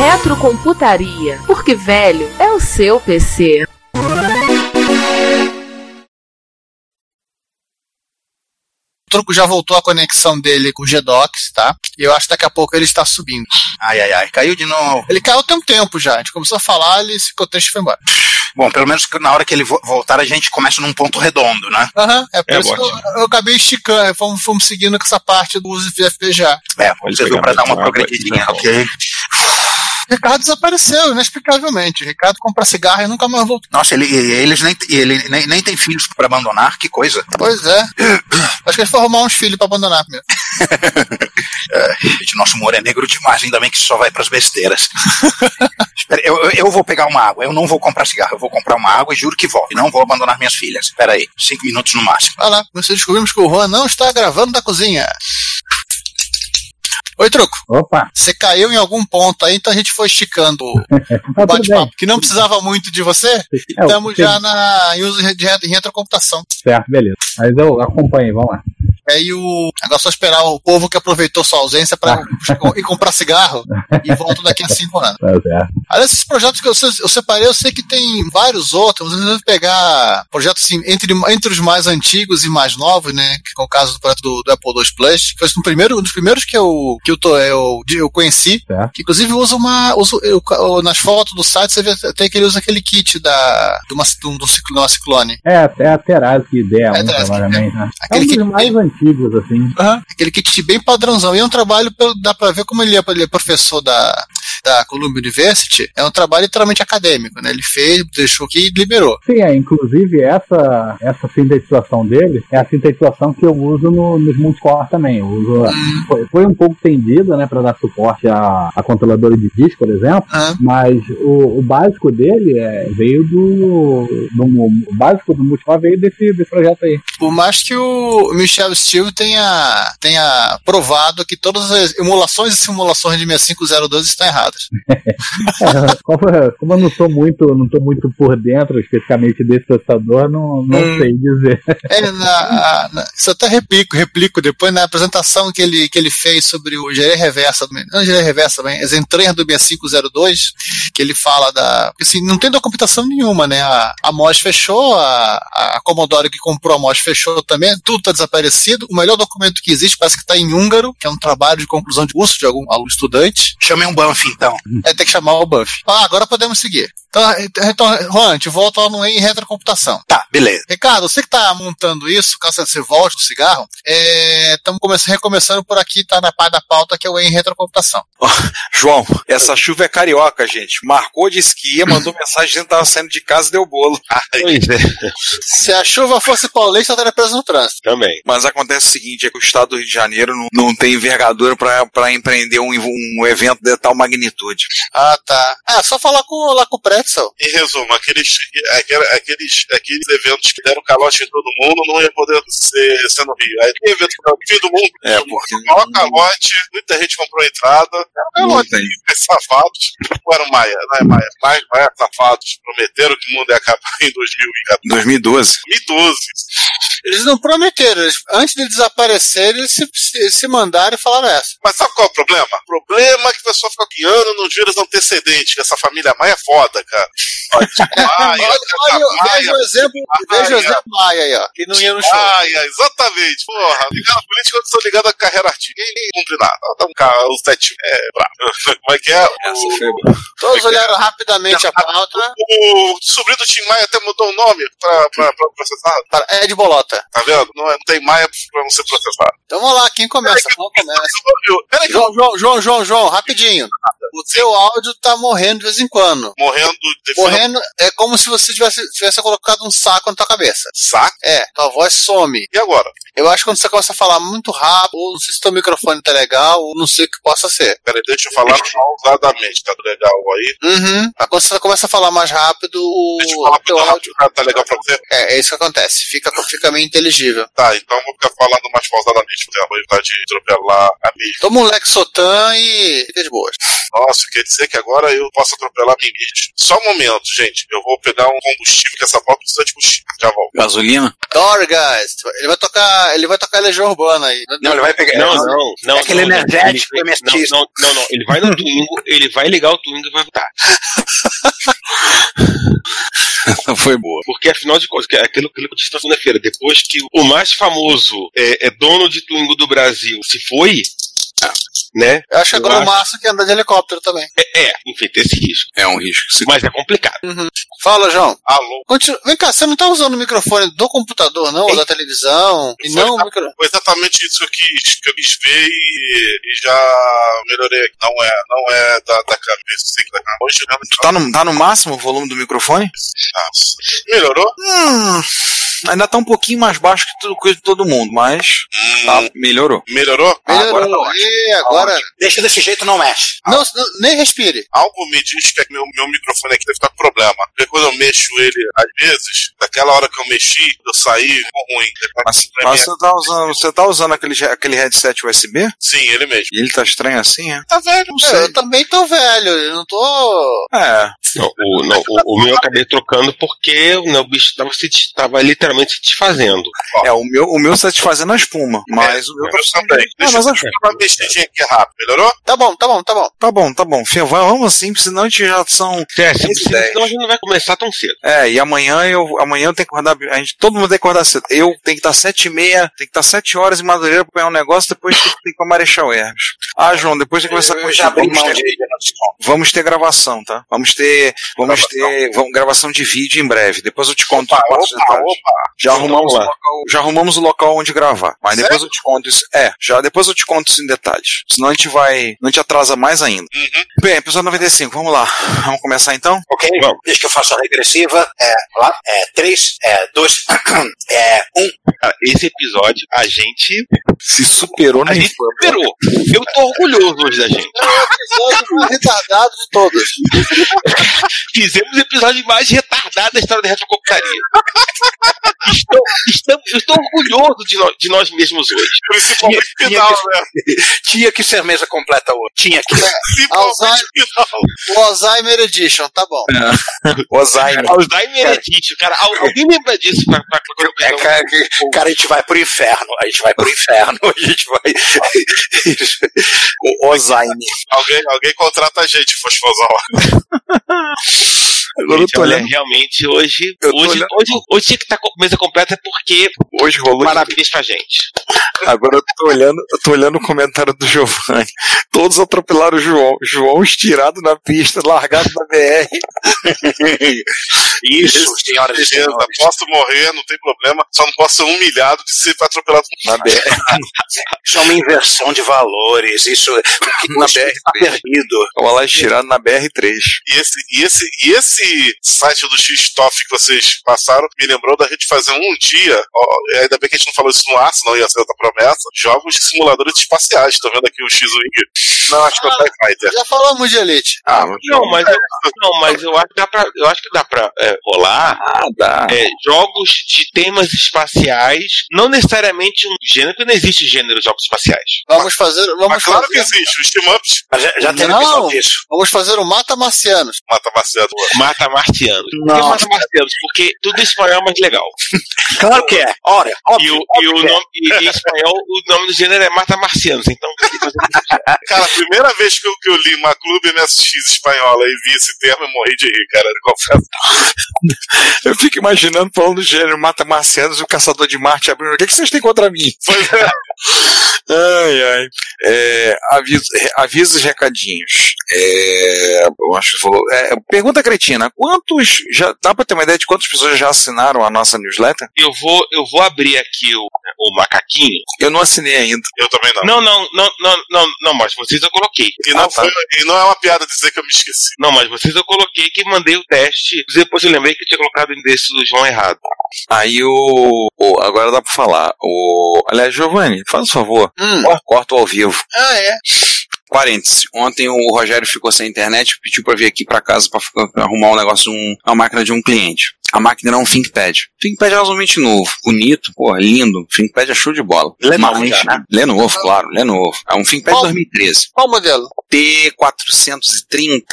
Retrocomputaria, porque velho é o seu PC. O Truco já voltou a conexão dele com o G-Docs, tá? E eu acho que daqui a pouco ele está subindo. Ai, ai, ai, caiu de novo. Ele caiu tem um tempo já. A gente começou a falar, ele ficou triste e foi embora. Bom, pelo menos que na hora que ele vo- voltar, a gente começa num ponto redondo, né? Aham, é por É, isso que ótimo. eu, eu acabei esticando. Fomos, fomos seguindo com essa parte do uso de FPGA. É, Pode você viu pegar pra mais dar uma uma água aqui, progredidinha, tá bom. ok? Ricardo desapareceu, inexplicavelmente. Ricardo compra cigarro e nunca mais voltou. Nossa, ele, eles nem, ele nem, nem tem filhos pra abandonar, que coisa. Pois é. Acho que ele foi arrumar uns filhos pra abandonar primeiro. Gente, nosso humor é negro demais, ainda bem que só vai pras besteiras. Espera, eu, eu- eu vou pegar uma água, eu não vou comprar cigarro, eu vou comprar uma água e juro que volto. E não vou abandonar minhas filhas. Espera aí, cinco minutos no máximo. Vai lá, nós descobrimos que o Juan não está gravando da cozinha. Oi, Truco. Opa, Você caiu em algum ponto aí, então a gente foi esticando o tá tudo bem. bate-papo, que não precisava muito de você. É, Estamos o- já na, em uso de re- em retrocomputação. Certo, beleza. Mas eu acompanhei, vamos lá. Aí o. Agora é só esperar o povo que aproveitou sua ausência para ir comprar cigarro e volta daqui a cinco anos. Tá certo. Além desses projetos que eu, se- eu separei, eu sei que tem vários outros. Mas eu vou pegar projetos assim, entre, entre os mais antigos e mais novos, né? Que é o caso do projeto do, do Apple II Plus, que foi um, primeiro, um dos primeiros que eu, que eu, tô, eu, de- eu conheci. Certo. Que inclusive usa uma. Usa, eu- eu- nas fotos do site você vê até que ele usa aquele kit da, de, uma, de, um, de um ciclo- de uma ciclone. É, é a Teraz que ideia, É a um, Teraz que provavelmente. né? É Aquele um que- dos mais antigos, assim. Aquele kit bem padrãozão. E é um trabalho, pelo- dá pra ver como ele é, ele é professor da, da Columbia University, é um trabalho literalmente acadêmico, né? Ele fez, deixou aqui e liberou. Sim, é, inclusive essa, essa sintetização dele é a sintetização que eu uso no, nos multicore também. Eu uso, foi, foi um pouco estendida, né, para dar suporte a, a controladora de disco, por exemplo. Aham. Mas o, o básico dele é, veio do, do. O básico do multicore veio desse, desse projeto aí. Por mais que o Michel Steele tenha, tenha provado que todas as emulações e simulações de 6502 estão erradas. É, como, como eu não sou muito, não tô muito por dentro especificamente desse processador, não, não Hum. sei dizer. É, na- na- isso eu até replico, replico depois na apresentação que ele, que ele fez sobre o Gerê Reversa, do- não Gerê Reversa, bem, as entranhas do 6502, que ele fala da. porque, Assim, não tem documentação nenhuma, né? A, a MOS fechou, a, a Commodore que comprou a MOS fechou também, tudo tá desaparecido. O melhor documento que existe parece que tá em húngaro, que é um trabalho de conclusão de curso de algum aluno estudante. Chamei um Banff então. É ter que chamar o Buff. Ah, agora podemos seguir. Então, então Juan, te volto lá no em retrocomputação. Tá, beleza. Ricardo, você que tá montando isso, caso você volte do cigarro, estamos recomeçando por aqui, tá na parte da pauta que é o em retrocomputação. João, essa chuva é carioca, gente. Marcou de esquia, mandou mensagem dizendo que tava saindo de casa e deu bolo. Pois é. Se a chuva fosse paulista, eu estaria preso no trânsito. Também. Mas acontece o seguinte, é que o estado do Rio de Janeiro não, não tem envergadura pra pra empreender um, um evento de tal magnitude. Ah, tá. Ah, só falar com, lá com o Pretzel. Em resumo, aqueles, aquela- aqueles, aqueles eventos que deram calote em todo mundo não ia poder ser, ser no Rio. Aí tem evento no fim do mundo, É, porque maior calote, muita gente comprou entrada, era não calote, tem. safados. Ou era o Maia, não é Maia, mas Maia safados prometeram que o mundo ia acabar em 2014, 2012. 2012. Eles não prometeram, eles- antes de desaparecer, eles se, se- se mandaram e falaram essa. Mas sabe qual é o problema? O problema é que o pessoal fica piando nos juros antecedentes, que essa família Maia é foda, cara. Olha, Maia, olha, olha, eu Maia, vejo o exemplo, Maia. vejo o exemplo Maia aí, ó, que não ia no show. Maia, exatamente. Porra, ligado à política, eu sou ligado à carreira artística. Ninguém cumpre nada. Dá um carro, os sete. É, bravo. Como é que é? Essa foi Todos olharam rapidamente a pauta. O, o sobrinho do Tim Maia até mudou o nome pra, pra, pra processar. Para Ed Bolota. É. Tá vendo? Não, é- não tem maia pra não ser processado. Então vamos lá, quem começa? Qual começa? Eu- Peraí, que eu João, João, João, João, João, rapidinho. O seu áudio tá morrendo de vez em quando. tô morrendo de Morrendo é como se você tivesse, tivesse colocado um saco na tua cabeça. saco. É, tua voz some. E agora? Eu acho que quando você começa a falar muito rápido, ou não sei se teu microfone tá legal, ou não sei o que possa ser. Peraí, deixa eu falar pausadamente. Tá legal aí? Uhum. Mas quando você começa a falar mais rápido, Deixa eu o falar teu pelo áudio. rádio. Ah, tá legal pra você? É, é isso que acontece. Fica, fica meio inteligível. Tá, então eu vou ficar falando mais pausadamente. porque Eu vou evitar de atropelar a mim. Toma um Lexotan e fica de boas. Nossa, quer dizer que agora eu posso atropelar limites. Só um momento, gente. Eu vou pegar um combustível, que essa moto precisa de combustível. Já volto. Gasolina? Dorgast, ele vai tocar, ele vai tocar Legião Urbana aí. Não, ele vai pegar. Não, não, não. É aquele não, energético ele- MSX. Não, não, não, não. Ele vai no Twingo, ele vai ligar o Twingo e vai votar. Foi boa. Porque afinal de contas, que é aquilo, aquilo que eu disse na segunda-feira, depois que o mais famoso é, é dono de Twingo do Brasil se foi, né? Eu acho que Eu agora é o acho. Márcio quer andar de helicóptero também. É, enfim, tem esse risco. É um risco. Se- Mas é complicado. Fala, João. Alô? Continua- Vem cá, você não tá usando o microfone do computador, não? Ou da televisão? E não o micro... Foi exatamente isso que eu quis, que eu quis ver e, e já melhorei aqui. Não é, não é da, da câmera. Eu sei que da câmera. Hoje eu Tu tá no, tá no máximo o volume do microfone? Melhorou? Hum, ainda tá um pouquinho mais baixo que, tu, que todo mundo, mas Hum. tá, melhorou. Melhorou? Ah, agora Melhorou. tá e agora. Deixa desse jeito, não mexe. Não, não, nem respire. Algo me diz que é meu, meu microfone aqui deve estar com problema. Porque quando eu mexo ele, às vezes, daquela hora que eu mexi, eu saí, ficou ruim. Mas, mas é- você tá usando, você tá usando aquele, je- aquele headset USB? Sim, ele mesmo. E ele tá estranho assim, é? Tá velho, sei. Eu também tô velho. Eu não tô. É. Não, o, não, o- o meu eu acabei trocando porque né, o bicho tava, se, des- tava literalmente se desfazendo. É, o meu, o meu satisfazendo a espuma, mas o É, meu. Eu também. Ah, Deixa mas eu acho- dar uma mexidinha aqui rápido. Melhorou? Tá bom, tá bom, tá bom. Tá bom, tá bom. Fia, vai- vamos assim, porque senão a gente já são. É, se, Esse se, dez. senão a gente não vai começar tão cedo. É, e amanhã eu, amanhã eu tenho que acordar. A gente, todo mundo tem que acordar cedo. Eu tenho que estar sete e meia, tem que estar sete horas em Madureira pra pegar um negócio, depois tem que ir pra Marechal Hermes. Ah, João, depois tem que conversar com Eu o já abri Vamos, mão ter- de. vamos ter gravação, tá? Vamos ter. Vamos ter. Vamos, gravação de vídeo em breve. Depois eu te conto. os quartos Opa, detalhes. opa. Já Então, arrumamos, vamos o lá. local, já arrumamos o local onde gravar. Mas Sério? depois eu te conto isso. É, já depois eu te conto isso em detalhes. Senão a gente vai. Não te atrasa mais ainda. Uhum. Bem, episódio 95, vamos lá. Vamos começar então? Ok? Vamos. Deixa que eu faço a regressiva. É, lá. É, três, é, dois, é, um. Cara, esse episódio a gente Se superou A gente superou. Eu tô orgulhoso hoje da gente. Episódio mais retardado de todos. Fizemos o episódio mais retardado da história da retrocomputaria. Estou, estamos, eu estou orgulhoso de, nós- de nós mesmos hoje. Principalmente Tinha- tinha final, que- né? Tinha que ser mesa completa hoje. Tinha que. Principalmente final. O Alzheimer Edition, tá bom. Alzheimer. Alzheimer é disso, cara. Al- Alguém lembra disso? Pra, pra, pra- É, cara, que- cara, a gente vai pro inferno. A gente vai pro inferno. A gente vai. o Alzheimer. Alguém, alguém contrata a gente, Fosfosão. Agora eu Gente, tô olha, olhando. realmente hoje, Eu tô hoje, olhando. hoje, hoje tinha que estar com a mesa completa porque Hoje rolou. parabéns pra gente. Agora eu tô olhando, eu tô olhando o comentário do Giovanni. Todos atropelaram o João. João estirado na pista, largado na BR. Isso, senhoras e Beleza, senhores. posso morrer, não tem problema. Só não posso ser humilhado que ser atropelado. Na BR. Isso é uma inversão de valores. Isso o que Na o espírito tá perdido. Tava lá estirado na BR3. E esse, e esse, e esse site do X-Toff que vocês passaram me lembrou da gente fazer um dia. Ó, é, ainda bem que a gente não falou isso no ar, senão ia ser outra promessa. Jogos de simuladores espaciais. Tô vendo aqui o X-Wing. Não, acho que é o TIE Fighter. Já falamos de Elite. Ah, mas Não, mas eu, não, mas eu acho que dá pra, eu acho que dá pra é, rolar Ah, nada. é, jogos de temas espaciais, não necessariamente um gênero, porque não existe gênero de jogos espaciais. Vamos fazer. Vamos Mas claro que fazer, existe. Os team-ups Mas já, já tem Não. episódio disso. vamos fazer o Mata Marcianos. mata baseado. Mata Marcianos. Por que Mata Marcianos? Porque tudo em espanhol é mais legal. Claro que é. Olha, E, óbvio. o, e o nome, e em espanhol o nome do gênero é Mata Marcianos. é Então, Cara, tu primeira vez que eu, que eu li uma Clube MSX espanhola e vi esse termo, eu morri de rir, cara. Eu confesso. Eu fico imaginando falando do gênero Mata Marcianos e o Caçador de Marte abrindo. O que, que vocês têm contra mim? Pois é. Ai, ai. É, aviso- re- avisos, recadinhos. É, eu acho que falou. é, pergunta cretina: quantos. Já, dá pra ter uma ideia de quantas pessoas já assinaram a nossa newsletter? Eu vou, eu vou abrir aqui o, o macaquinho. Eu não assinei ainda. Eu também não. Não, não, não, não, não, não, mas vocês eu coloquei. E não, Ah, tá. foi, e não é uma piada dizer que eu me esqueci. Não, mas vocês eu coloquei que mandei o teste. Depois eu lembrei que eu tinha colocado o endereço do João errado. Aí o. o- agora dá pra falar. O, aliás, Giovanni, faz um favor. Hum. Ó, Corta o ao vivo. Ah, é. Parênteses. Ontem o Rogério ficou sem internet, pediu pra vir aqui pra casa pra ficar- pra arrumar um negócio, um, uma máquina de um cliente. A máquina era um ThinkPad. ThinkPad é razoavelmente novo, bonito, pô, lindo. ThinkPad é show de bola. Lenovo Mas- já, né? Lenovo, claro, Lenovo. É um ThinkPad Qual? 2013. Qual o modelo? T430U.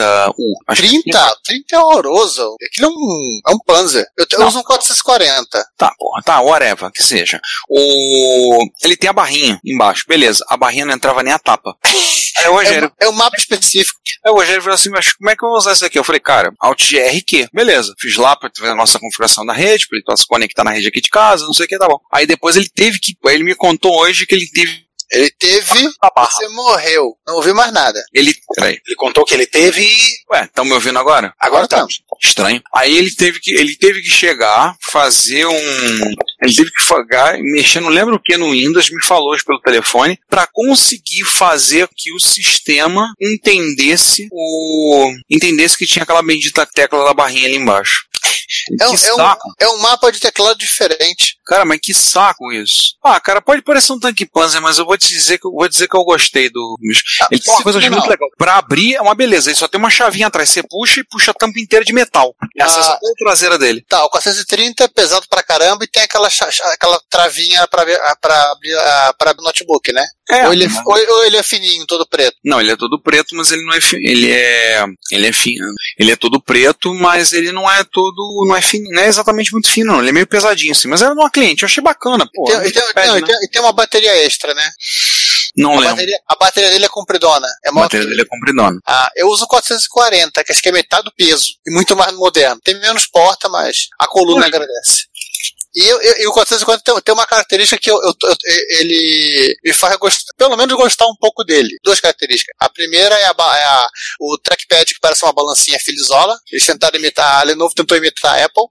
Acho que- 30? 30 é horroroso. Aquilo é um, é um Panzer. Eu, te- eu Não. uso um 440. Tá, porra, tá, whatever, que seja. O... Ele tem a barrinha embaixo, beleza. A barrinha não entrava nem a tapa. Aí É, o Rogério, um- é um mapa específico. Aí o Rogério falou assim, mas como é que eu vou usar isso aqui? Eu falei, cara, AltGRQ. Beleza, fiz lá pra fazer a nossa configuração da rede, pra ele possa se conectar na rede aqui de casa, não sei o que, tá bom. Aí depois ele teve que, aí ele me contou hoje que ele teve Ele teve. a barra. Você morreu. Não ouvi mais nada. Ele, peraí, Ele contou que ele teve e ué, estão me ouvindo agora? agora tá. tá. Estranho. Aí ele teve que, ele teve que chegar, fazer um, ele teve que fagar, mexer, não lembro o que no Windows, me falou hoje pelo telefone, pra conseguir fazer que o sistema entendesse o, entendesse que tinha aquela bendita tecla da barrinha ali embaixo. É, um- que é um, saco. é um mapa de teclado diferente. Cara, mas que saco isso. Ah, cara, pode parecer um tanque panzer, mas eu vou te dizer que eu vou dizer que eu gostei do. Ele tem porra, uma coisa não. é muito legal. Pra abrir é uma beleza, ele só tem uma chavinha atrás. Você puxa e puxa a tampa inteira de metal. Essa é Ah. só a traseira dele. Tá, o 430 é pesado pra caramba e tem aquela, cha- cha- aquela travinha pra, ver- pra abrir a- pra abrir o notebook, né? É. ou, ele é, ou- ou ele é fininho, todo preto. Não, ele é todo preto, mas ele não é fi- ele é ele é fino. Ele é todo preto, mas ele não é todo não é fino, não é exatamente muito fino, não. Ele é meio pesadinho assim, mas era uma cliente, eu achei bacana, pô. Tem- e, tem, pede, não, e né? tem- e tem uma bateria extra, né? Não né? A lembro. bateria, a bateria dele é compridona. É A maior bateria que- dele é compridona. Ah, eu uso 440, que acho que é metade do peso. E muito mais moderno. Tem menos porta, mas a coluna agradece. E, eu- eu- e o 440 tem, tem uma característica que eu, eu- eu- ele me faz gostar, pelo menos gostar um pouco dele. Duas características. A primeira é, a, ba- é a- o trackpad que parece uma balancinha filizola. Eles tentaram imitar, a Lenovo tentou imitar a Apple.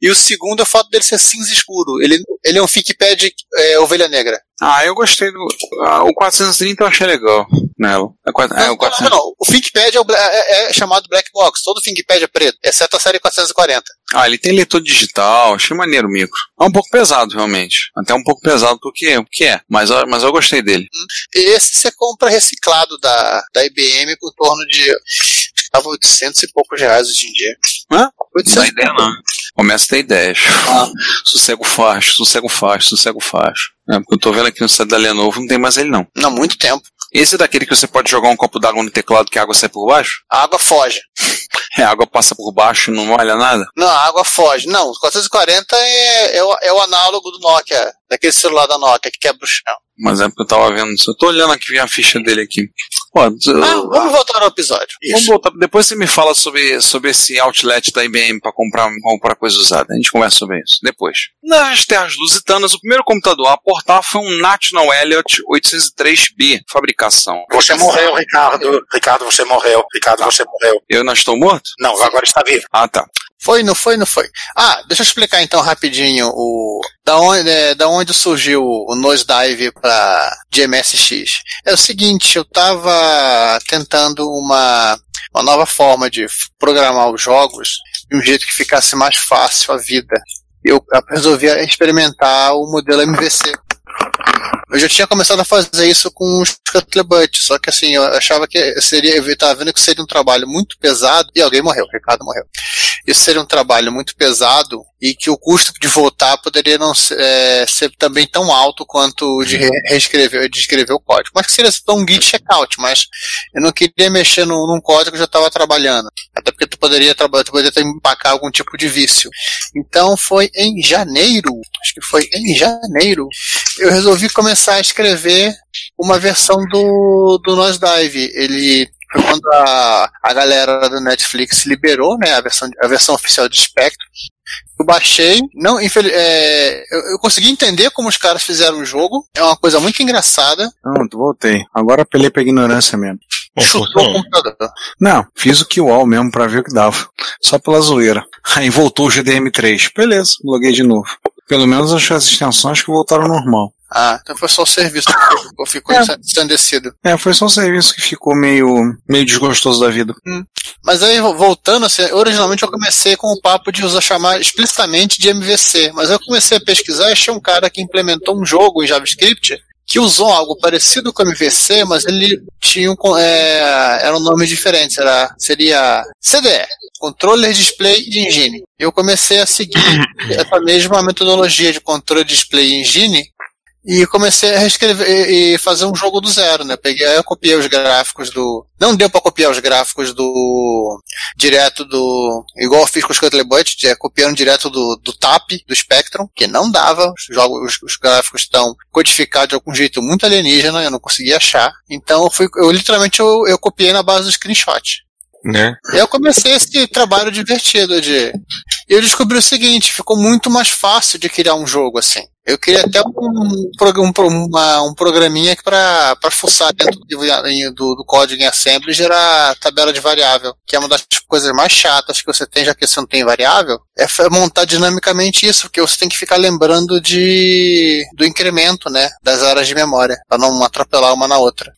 E o segundo é o fato dele ser cinza escuro. Ele, ele é um ThinkPad é, ovelha negra. Ah, eu gostei do ah, o 430 eu achei legal. Não, é, quatro- é, Não, o 430. não, não. O ThinkPad é, o bla- é- é chamado Black Box. Todo ThinkPad é preto, exceto a série 440. Ah, ele tem leitor digital, achei maneiro o micro. É um pouco pesado, realmente. Até um pouco pesado porque o que é, mas, eu- mas eu gostei dele. Esse você compra reciclado da, da IBM por torno de. acho que Tava 800 e poucos reais hoje em dia. Hã? Não dá 800. ideia, não. Começa a ter ideias. Sossego fácil, sossego fácil, sossego fácil. É, porque eu tô vendo aqui no site da Lenovo, não tem mais ele não. Não, muito tempo. Esse é daquele que você pode jogar um copo d'água no teclado que a água sai por baixo? A água foge. É, a água passa por baixo e não molha nada? Não, a água foge. Não, o 440 é, é, o, é o análogo do Nokia, daquele celular da Nokia que quebra o chão. Mas é porque eu tava vendo isso. Eu tô olhando aqui a ficha dele aqui. Ó, eu- Ah, vamos voltar ao episódio. Vamos voltar. Depois você me fala sobre, sobre esse outlet da IBM para comprar, comprar coisa usada. A gente conversa sobre isso depois. Nas terras lusitanas, o primeiro computador a aportar foi um National Elliot 803B, fabricação. Você morreu, Ricardo. Ricardo, você morreu. Ricardo, você morreu. Eu não estou morto? Não, agora está vivo. Ah, tá. Foi, não foi, não foi. Ah, deixa eu explicar então rapidinho o da onde, é, da onde surgiu o Nose Dive para de MSX. É o seguinte, eu tava tentando uma, uma nova forma de f- programar os jogos de um jeito que ficasse mais fácil a vida. Eu resolvi experimentar o modelo MVC. Eu já tinha começado a fazer isso com os Cutlebutt, só que assim, eu achava que seria, eu tava vendo que seria um trabalho muito pesado, e alguém morreu, o Ricardo morreu isso seria um trabalho muito pesado e que o custo de voltar poderia não ser, é, ser também tão alto quanto o de re- reescrever de escrever o código. Mas que seria só um git checkout, mas eu não queria mexer no, num código que eu já estava trabalhando. Até porque tu poderia trabalhar, tu poderia ter empacar algum tipo de vício. Então foi em janeiro, acho que foi em janeiro, eu resolvi começar a escrever uma versão do, do Nós Dive. Ele. foi Quando a, a galera do Netflix liberou né, a, versão, a versão oficial de Spectre, eu baixei, não, infel- é, eu, eu consegui entender como os caras fizeram o jogo. É uma coisa muito engraçada. Pronto, voltei. Agora apelei pra ignorância mesmo. Bom, Chutou o funcionou. computador. Não, fiz o QOL mesmo pra ver o que dava. Só pela zoeira. Aí voltou o GDM3. Beleza, loguei de novo. Pelo menos achei as extensões que voltaram ao normal. Ah, então foi só o serviço que eu fico- eu fico ensandecido. É, foi só um serviço que ficou meio, meio desgostoso da vida. Mas aí, vo- voltando, assim, originalmente eu comecei com o papo de usar chamar explicitamente de MVC. Mas eu comecei a pesquisar e achei um cara que implementou um jogo em JavaScript que usou algo parecido com MVC, mas ele tinha um, co- é, eram nomes diferentes. Era, seria CDE. Controller Display Engine. Eu comecei a seguir essa mesma metodologia de controle Display Engine E comecei a reescrever e e fazer um jogo do zero, né? Peguei, aí eu copiei os gráficos do. Não deu pra copiar os gráficos do. Direto do. Igual eu fiz com o Scuttle Butt, é, copiando direto do, do TAP, do Spectrum, que não dava. Os, jogos, os, os gráficos estão codificados de algum jeito muito alienígena, eu não conseguia achar. Então eu fui. Eu literalmente eu, eu copiei na base do screenshot. Né? E eu comecei esse trabalho divertido de. E eu descobri o seguinte, ficou muito mais fácil de criar um jogo assim. Eu queria até um, prog- um, pro- uma- um programinha pra, pra fuçar dentro do, em- do- do código em assembly e gerar tabela de variável, que é uma das coisas mais chatas que você tem, já que você não tem variável, é fa- montar dinamicamente isso, porque você tem que ficar lembrando de do incremento, né, das áreas de memória, pra não atropelar uma na outra.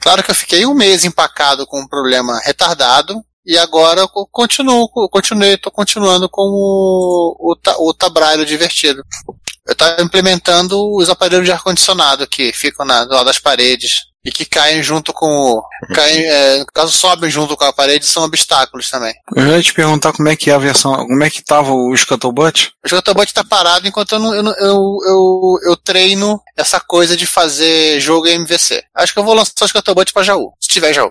Claro que eu fiquei um mês empacado com um problema retardado. E agora eu co- continuo, co- continuei, tô continuando com o, o, ta- o tabralho divertido. Eu tava implementando os aparelhos de ar-condicionado que ficam na, do lado das paredes e que caem junto com o. Caem, é, no caso sobem junto com a parede, são obstáculos também. Eu ia te perguntar como é que é a versão, como é que tava o Scuttlebutt. O Jotobot tá parado enquanto eu, não- eu, não- eu, eu, eu treino essa coisa de fazer jogo em MVC. Acho que eu vou lançar o Jotobot pra Jaú, se tiver Jaú.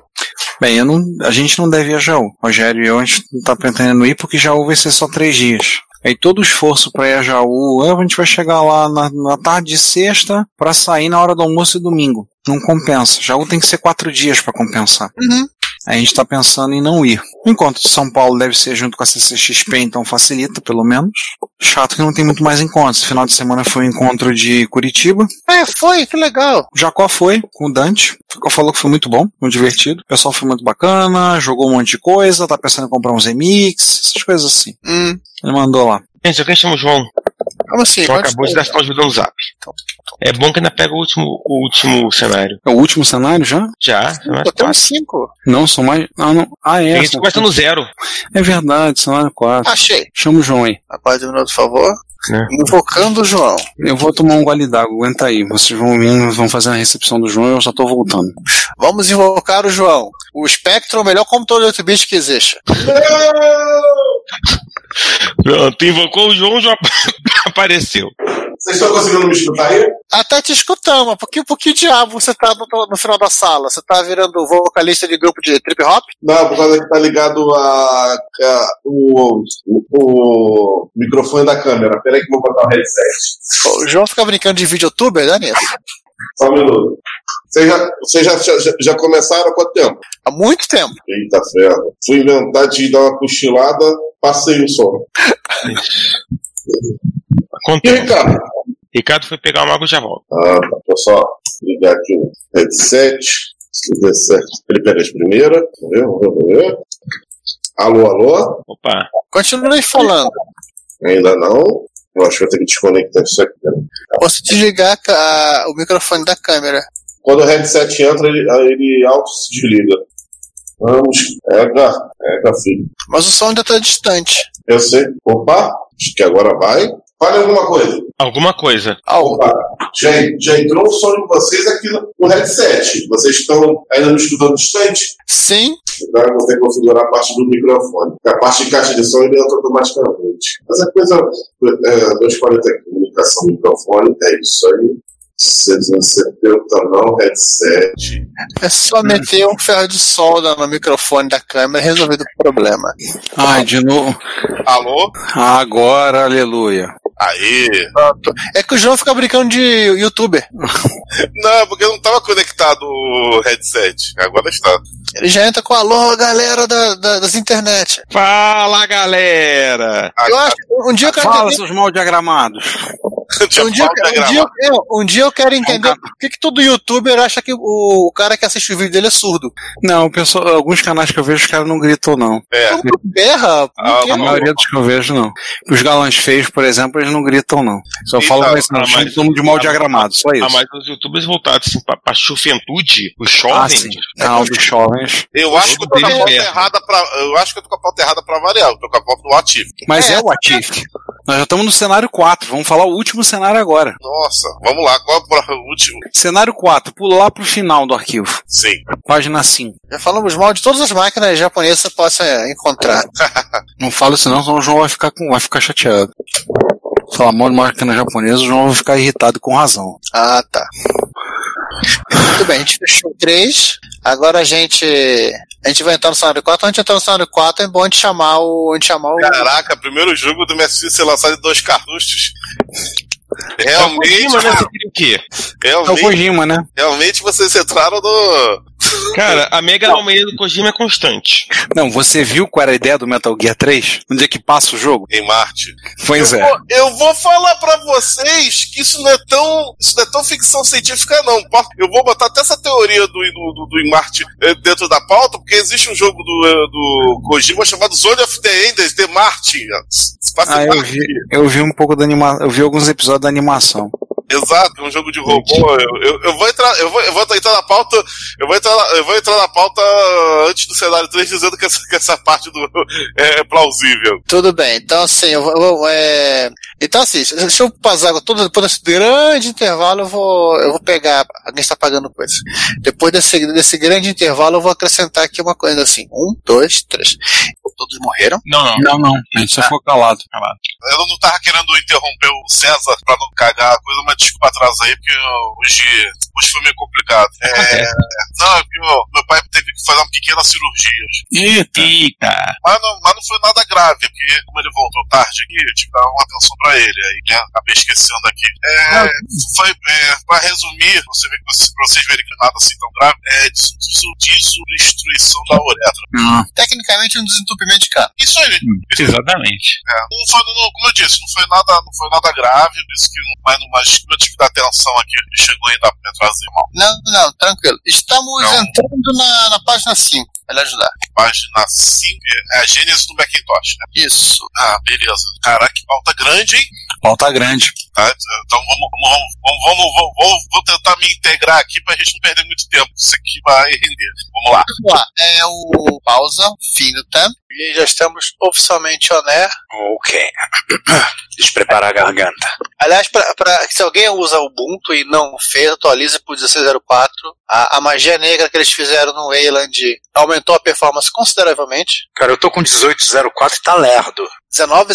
Bem, eu não, a gente não deve ir a Jaú. Rogério e eu a gente não tá pretendendo ir porque Jaú vai ser só três dias. Aí todo o esforço pra ir a Jaú, ah, a gente vai chegar lá na, na tarde de sexta pra sair na hora do almoço e domingo. Não compensa. Jaú tem que ser quatro dias pra compensar. Uhum. A gente tá pensando em não ir. Enquanto São Paulo deve ser junto com a CCXP, então facilita, pelo menos. Chato que não tem muito mais encontros. Final de semana foi o encontro de Curitiba. É, foi, que legal. O Jacó foi com o Dante. O Jacó falou que foi muito bom, muito divertido. O pessoal foi muito bacana, jogou um monte de coisa, tá pensando em comprar uns remix, essas coisas assim. Hum. Ele mandou lá. Gente, alguém chama o João. Como assim? João Quantos- Então acabou de dar sinal de vida no zap. É bom que ainda pega o último, o último cenário. É o último cenário já? Já, cenário Pô, temos 4. cinco. Não, são mais. Ah, não. Ah, A é. gente são- começa no tá zero. É verdade, cenário 4. Achei. Chama o João aí. Rapaz, um minuto, por favor. Né? Invocando o João. Eu vou tomar um gole d'água, aguenta aí. Vocês vão vir, vão fazer a recepção do João e eu já tô voltando. Vamos invocar o João. O Spectrum é o melhor computador de 8-bit que existe. Pronto, invocou o João, já apareceu. Vocês estão conseguindo me escutar aí? Até te escutamos, por que, por que diabo você tá no, no final da sala? Você tá virando vocalista de grupo de trip hop? Não, por causa que tá ligado a, a- o, o, o microfone da câmera. Peraí que eu vou botar o headset. Pô, O João fica brincando de videotuber, né, nisso? Só um minuto. Vocês já, vocês já, já, já começaram há quanto tempo? Há muito tempo. Eita ferro. Fui inventar de dar uma cochilada, passei o sono. E Acontece. Ricardo? Ricardo foi pegar uma água e já volta. Ah, tá. Deixa eu só ligar aqui o headset. Headset. Ele pega as primeiras. tá Vamos ver, vamos ver, vamos ver. Alô, alô? Opa. Continuei falando. Ainda não. Eu acho que eu tenho que desconectar isso aqui. né? Posso desligar a ca- o microfone da câmera. Quando o headset entra, ele, ele auto se desliga. Vamos. Pega, pega, filho. Mas o som ainda tá distante. Eu sei. Opa, acho que agora vai. Fale alguma coisa. Alguma coisa. Opa, já, já entrou o som de vocês aqui no, no headset. Vocês estão ainda me escutando distante? Sim, Agora você configurar a parte do microfone. A parte de caixa de som ele entra automaticamente. Mas a coisa. É, 240 comunicação microfone, é isso aí. 670 não, headset. é só meter um ferro de solda no microfone da câmera e resolvido o problema. Ai, de novo. Alô? Agora, aleluia. Aí. É que o João fica brincando de youtuber. Não, porque não tava conectado o headset. Agora está. Ele já entra com alô, galera da- da- das internet. Fala, galera! Ah, Eu acho que um dia eu quero Fala, entender. seus mal diagramados. Tinha Um dia, falta um, dia, gravado. eu, um dia eu quero entender por que, que todo youtuber acha que o, o cara que assiste o vídeo dele é surdo. Não, o pessoal, alguns canais que eu vejo, os caras não gritam, não. É. Como que berra? Não Ah, tem- A maioria dos que eu vejo, não. Os galãs feios, por exemplo, eles não gritam, não. Só Eita, falam isso, não. ah, Chama mas- todo mundo de mal diagramado, só Ah, isso. mas os youtubers voltados assim, pra, pra juventude, os Ah, jovens, sim. Canal dos jovens. Eu acho que eu tô com a Deles pauta mesmo. errada pra. Eu acho que eu tô com a pauta errada pra variar. Eu tô com a pauta do ativo. Mas É, é, o Atif. Nós já estamos no cenário 4. Vamos falar o último cenário agora. Nossa, vamos lá. Qual é o pro- o último? Cenário 4. Pula lá pro final do arquivo. Sim. Página 5. Já falamos mal de todas as máquinas japonesas que você possa encontrar. Não falo isso não, senão o João vai ficar, com, vai ficar chateado. Falar mal de máquina japonesa, o João vai ficar irritado com razão. Ah, tá. Muito bem, a gente fechou três. Agora a gente. A gente vai entrar no cenário 4. Antes de entrar no cenário 4, é bom a gente chamar o. A gente chamar o. Caraca, primeiro jogo do MSX ser lançado em dois cartuchos. Tá Realmente, Kojima, né? Você queria o quê? É o realmente, Kojima, né? realmente vocês entraram no. Cara, a megalomania do Kojima é constante. Não, você viu qual era a ideia do Metal Gear 3? Onde é que passa o jogo? em Marte. Pois eu, é. vou, eu vou falar pra vocês que isso não é tão. Isso não é tão ficção científica, não. Pô, Eu vou botar até essa teoria do, do, do, do em Marte eh, dentro da pauta, porque existe um jogo do, eh, do Kojima chamado Zone of the Enders, de Marte. Espaço Ah, eu Marte. vi, eu vi um pouco da animação. Eu vi alguns episódios da animação. Exato, é um jogo de robô. Eu, eu, eu vou entrar, eu vou, eu vou entrar na pauta. Eu vou entrar, na- eu vou entrar na pauta antes do cenário 3 dizendo que essa, que essa parte do, é plausível. Tudo bem, então assim, eu vou. eu vou, é, Então assim, deixa eu passar todo, depois desse grande intervalo, eu vou. Eu vou pegar. Alguém está pagando coisa. Depois desse, desse grande intervalo, eu vou acrescentar aqui uma coisa assim. Um, dois, três. Todos morreram. Não, não. Não, não. A gente só ficou calado. Ela não tava querendo interromper o César pra não cagar a coisa, mas desculpa atrasar aí, porque eu- hoje, hoje foi meio complicado. É, não, é porque meu, meu pai teve que fazer uma pequena cirurgia. Eita. Eita! Mas não, mas não foi nada grave, porque como ele voltou tarde aqui, eu tive que dar uma atenção pra ele. Aí, né, acabei esquecendo aqui. É, foi, é, pra resumir, você vê que vocês, pra vocês verem que nada assim tão grave, é desu- desu- desobstruição da uretra. Ah, Tecnicamente, um desentupimento de cano. Isso aí, Exatamente. não foi, não- como eu disse, não foi nada, não foi nada grave, por isso que não, mas, não- mas como eu tive que dar atenção aqui, ele chegou ainda pra trazer mal. Não, não, tranquilo. Estamos Não. entrando na, na página 5. Vai lhe ajudar. Página 5, é a Gênesis do Macintosh, né? Isso. Ah, beleza. Caraca, que pauta grande, hein? pauta grande. Tá, então vamos, vamos, vamos, vamos, vamos, vamos- vou tentar me integrar aqui pra gente não perder muito tempo. Isso aqui vai render. Vamos lá. Vamos lá, é o pausa, fim do tempo. E já estamos oficialmente on air. Ok. Despreparar a garganta. Aliás, pra, pra- se alguém usa Ubuntu e não fez, atualize pro 16.04. A, a magia negra que eles fizeram no Wayland aumentou a performance consideravelmente. Cara, eu tô com 1804 e tá lerdo. 19.04.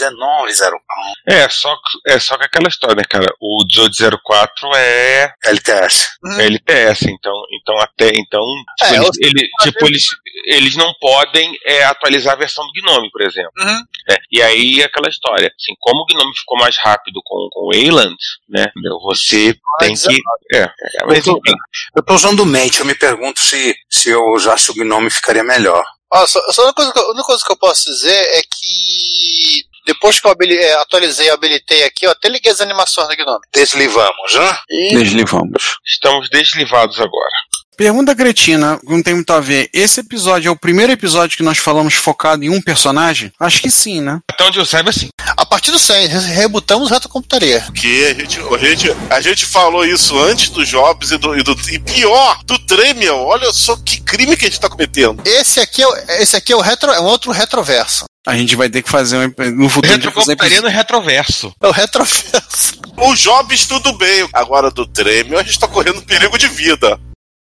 1904. É só, é só que aquela história, né, cara? O 1804 é LTS. LTS, então, então até então É, tipo, ou eles, ele- tipo, eles, eles não podem é, atualizar a versão do Gnome, por exemplo. Uhum. né? E aí aquela história, assim, como o Gnome ficou mais rápido com, com o Wayland, né? meu, Você Ah, tem que é, é, mas enfim, Eu tô usando o Mate, eu me pergunto se, se eu usasse o Gnome ficaria melhor. Ó, só, só uma, coisa que eu, uma coisa que eu posso dizer é que depois que eu habili- eh, atualizei e habilitei aqui, ó, até liguei as animações do Gnome. Deslivamos, né? Deslivamos. estamos deslivados agora. Pergunta cretina, não tem muito a ver. Esse episódio é o primeiro episódio que nós falamos focado em um personagem? Acho que sim, né? Então, onde eu saiba, assim, A partir do 100, re- rebutamos o reto computaria. Porque a gente, a gente, a gente falou isso antes do Jobs e do. E, do, e pior, do Tremion. Olha só que crime que a gente tá cometendo. Esse aqui é, o- esse aqui é, o retro, é um outro retroverso. A gente vai ter que fazer um. ep- No futuro, a gente vai fazer um retrocomputaria episódio- no retroverso. É o retroverso. O Jobs tudo bem. Agora do Tremion a gente tá correndo perigo de vida.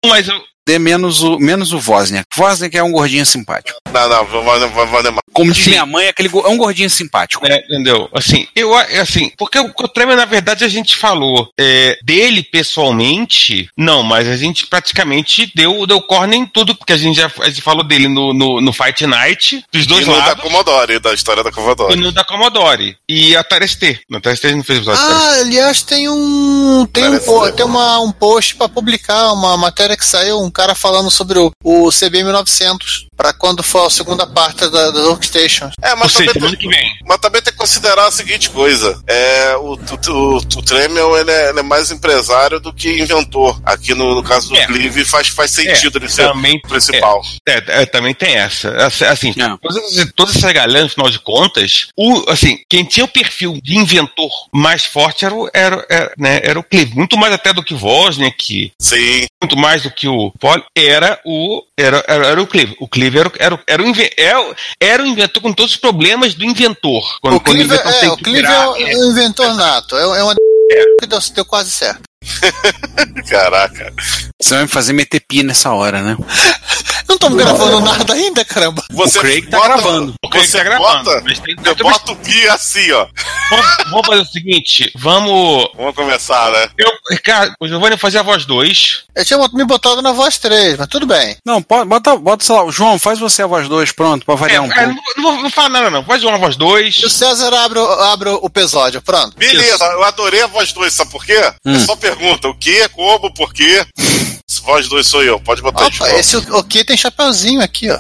Mas eu, dê menos o, menos o Wozniak. Wozniak é um gordinho simpático. Não, não, Valdemar. Valdemar. Como diz Sim. minha mãe, é, aquele, go- é um gordinho simpático. né, entendeu? Assim, eu a- assim, porque o Cotrema, na verdade, a gente falou é, dele pessoalmente, não, mas a gente praticamente deu, deu corner em tudo, porque a gente já a gente falou dele no, no, no Fight Night, dos E dois no da lados. Commodore, da história da E Commodore. no da Commodore. E a Tarestê. Na Tarestê a gente não fez episódio. de Ah, aliás, tem um. Tem, um, Parece po- legal. tem uma, um post pra publicar, uma matéria que saiu, um cara falando sobre o, o CBM 900, pra quando for a segunda parte da, das Workstations. É, Ou mas também, seja, semana tem, que vem. mas também tem que considerar a seguinte coisa: é, o, o, o, o Tremel ele é, ele é mais empresário do que inventor. Aqui no, no caso do É. Clive faz, faz sentido ele ser Também o principal. É, é, também tem essa. Assim, Assim, É. todas- toda essa galera, no final de contas, o, assim, quem tinha o perfil de inventor mais forte era o, era, era, né, era o Clive. Muito mais até do que Wozniak, Sim. muito mais do que o Paul, era o era, era, era o Clive. O Clive era, o- era, o- era, o inve- é o- era o inventor com todos os problemas do inventor. Quando, um o quando Clive, é, tem o que Clive virar, é o é o inventor nato. É, é uma. Que deu, deu quase certo. Caraca. Você vai me fazer meter pi nessa hora, né? Não estamos gravando nada ainda, caramba. Você o Craig tá bota- gravando. o Clive você tá gravando, bota- mas tem- Eu boto o pi assim, ó. vamos, vamos fazer o seguinte, vamos... Vamos começar, né? Eu, Ricardo, o Giovanni vai fazer a voz 2. Eu tinha me botado na voz 3, mas tudo bem. Não, po- bota, bota, sei lá, o João, faz você a voz 2, pronto, pra variar um É, pouco. não, não vou, não fala nada, não. Faz uma voz E o 2. César abre, o- abre o episódio, pronto. Beleza, eu adorei a voz 2, sabe por quê? É só pergunta: o que, como, por quê? Se Voz 2 sou eu, pode botar aí de Opa, volta. esse o que tem chapeuzinho aqui, ó.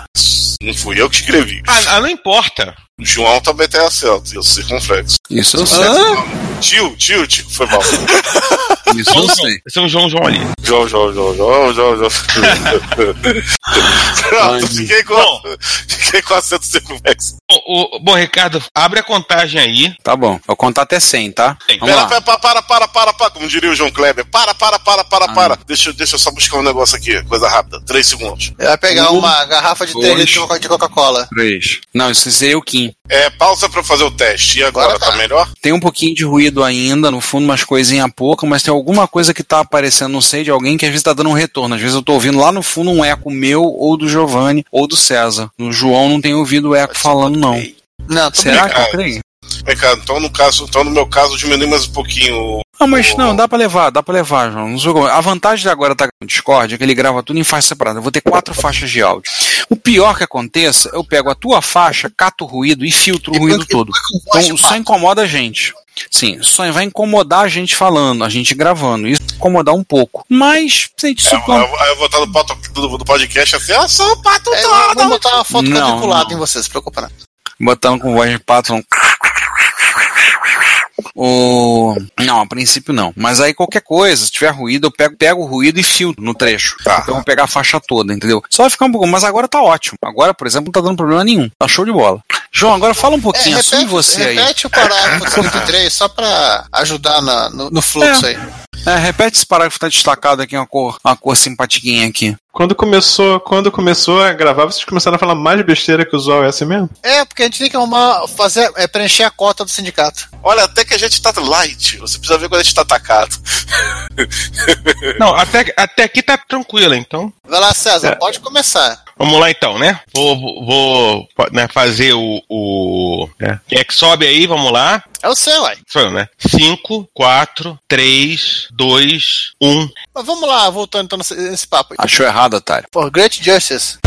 Não fui eu que escrevi. Ah, ah, não importa. O João também tem acento, eu circunflexo. Isso é eu sei. Tio, tio, tio, foi mal. Isso eu sei. Esse é o João João ali. João, João, João, João, João, João. Pronto, fiquei com, Bom. fiquei com acento circunflexo. O, o- bom, Ricardo, abre a contagem aí. Tá bom, vou contar até 100, tá? Tem. Vamos Pera, lá. pera, para, para, para, para, para, como diria o João Kleber. Para, para, para, para, para. Deixa, eu- deixa eu só buscar um negócio aqui, coisa rápida. Três segundos. Ele vai pegar Um, uma garrafa de 3 dois. litros de Coca- de Coca-Cola. 3. Não, isso seria o Kim. É, pausa pra fazer o teste. E agora, Agora tá. tá melhor? Tem um pouquinho de ruído ainda, no fundo umas coisinhas pouca, mas tem alguma coisa que tá aparecendo, não sei, de alguém que às vezes tá dando um retorno. Às vezes eu tô ouvindo lá no fundo um eco meu, ou do Giovanni, ou do César. No João não tem ouvido o eco falando, não. Não, tô Será que Ah, complicado. é por aí? Vem cá, então no caso, então no meu caso diminui mais um pouquinho. Ah, mas não, dá pra levar, dá pra levar, João. Não sei como. A vantagem de agora tá com o Discord é que ele grava tudo em faixa separada. Eu vou ter quatro faixas de áudio. O pior que aconteça, eu pego a tua faixa, cato o ruído e filtro o ruído todo. Então só incomoda a gente. Sim, só vai incomodar a gente falando, a gente gravando. Isso vai incomodar um pouco. Mas, se a gente É, eu, supor. eu- eu vou estar no, pato, do, do podcast assim, eu sou o pato É, todo. vamos botar uma foto Não, quadriculada não. em você, se preocupa não. Botando com voz de pato. Um... O... Não, a princípio não. Mas aí qualquer coisa, se tiver ruído, eu pego, pego o ruído e filtro no trecho. Tá. Então eu vou pegar a faixa toda, entendeu? Só vai ficar um pouco. Mas agora tá ótimo. Agora, por exemplo, não tá dando problema nenhum. Tá show de bola. João, agora fala um É, pouquinho, assume repete, você aí. repete o parágrafo 33 só pra ajudar na- no, no fluxo aí. É, repete esse parágrafo que tá destacado aqui, uma cor, uma cor simpatiquinha aqui. Quando começou, quando começou a gravar, vocês começaram a falar mais besteira que o Zoal é assim mesmo? É, porque a gente tem que arrumar, fazer, é, preencher a cota do sindicato. Olha, até que a gente tá light. Você precisa ver quando a gente tá atacado. Não, até, até aqui tá tranquilo, então. Vai lá, César, É. pode começar. Vamos lá então, né? Vou, vou- vou né, fazer o. o né? Quem é que sobe aí? Vamos lá. É o seu, uai. Sou eu, né? 5, 4, 3, 2, 1. Mas vamos lá, voltando então nesse, nesse papo aí. Achou errado, otário. For Great Justice.